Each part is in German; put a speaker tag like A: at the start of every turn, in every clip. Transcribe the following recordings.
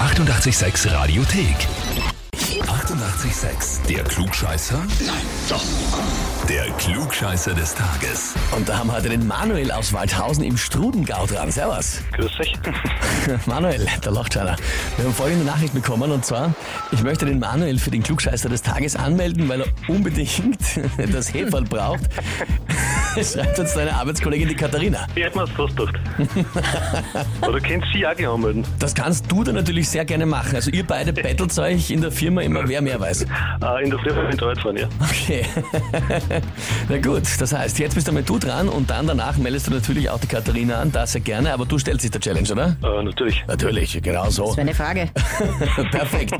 A: 886 Radiothek. 88,6. Der Klugscheißer? Nein, doch. Der Klugscheißer des Tages.
B: Und da haben wir heute den Manuel aus Waldhausen im Strudengau dran. Servus.
C: Grüß euch.
B: Manuel, da lacht schon einer. Wir haben folgende Nachricht bekommen und zwar, ich möchte den Manuel für den Klugscheißer des Tages anmelden, weil er unbedingt das Heferl braucht. Schreibt uns deine Arbeitskollegin die Katharina.
C: Ich hätte mir das fast gedacht. Oder könnt Sie auch gleich anmelden?
B: Das kannst du dann natürlich sehr gerne machen. Also ihr beide battelt euch in der Firma immer, wer mehr weiß.
C: Äh, in der Früh bin ich da fahren, ja.
B: Okay. Na gut, das heißt, jetzt bist damit du dran und dann danach meldest du natürlich auch die Katharina an, das sehr gerne, aber du stellst dich der Challenge, oder?
C: Äh, natürlich.
B: Natürlich, genau so.
D: Das wäre eine Frage.
B: Perfekt.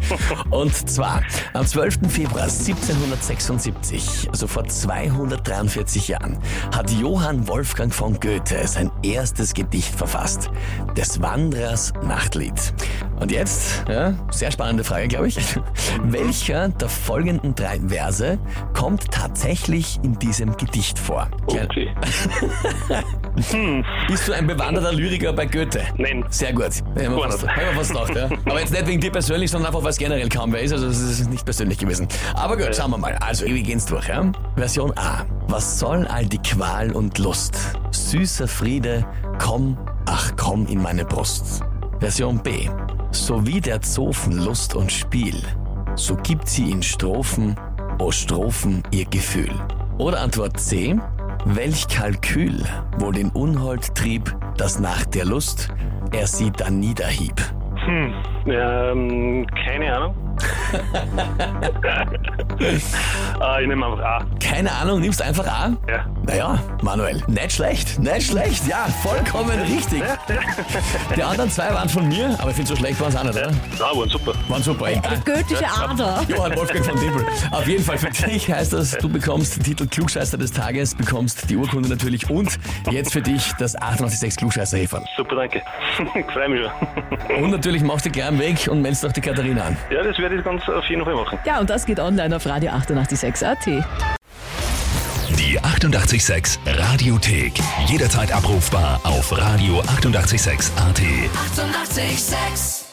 B: Und zwar am 12. Februar 1776, also vor 243 Jahren, hat Johann Wolfgang von Goethe sein erstes Gedicht verfasst, des Wanderers Nachtlied. Und jetzt, ja, sehr spannende Frage, glaube ich. Welcher der folgenden drei Verse kommt tatsächlich in diesem Gedicht vor?
C: Okay.
B: Bist du ein bewanderter Lyriker bei Goethe?
C: Nein.
B: Sehr gut. Haben wir
C: Gar
B: fast,
C: nicht.
B: haben wir fast gedacht, ja. Aber jetzt nicht wegen dir persönlich, sondern einfach, weil es generell kaum wer ist. Also das ist nicht persönlich gewesen. Aber gut, schauen wir mal. Also, wir gehen's durch, ja. Version A. Was soll all die Qual und Lust? Süßer Friede, komm, ach komm in meine Brust. Version B. So wie der Zofen Lust und Spiel, so gibt sie in Strophen, o Strophen ihr Gefühl. Oder Antwort C. Welch Kalkül wohl den Unhold trieb, dass nach der Lust er sie dann niederhieb.
C: Hm. Ähm, keine Ahnung. äh, ich nehme einfach A.
B: Keine Ahnung, nimmst einfach A?
C: Ja.
B: Naja, Manuel, nicht schlecht, nicht schlecht, ja, vollkommen richtig. Die anderen zwei waren von mir, aber ich finde so schlecht waren es auch nicht, oder?
C: Da waren super.
B: Waren super, egal.
D: Goethische Ader.
B: Johann Wolfgang von Dippel. Auf jeden Fall für dich heißt das, du bekommst den Titel Klugscheißer des Tages, bekommst die Urkunde natürlich und jetzt für dich das 886 klugscheißer -Häferl.
C: Super, danke. Freue mich schon.
B: Und natürlich machst du gleich am Weg und meldest auch die Katharina an.
C: Ja, das werde ich ganz auf jeden Fall machen.
D: Ja, und das geht online auf radio 886 AT.
A: Die 88,6 Radiothek. Jederzeit abrufbar auf radio886.at. 88,6.
E: Eighty-eight, sex.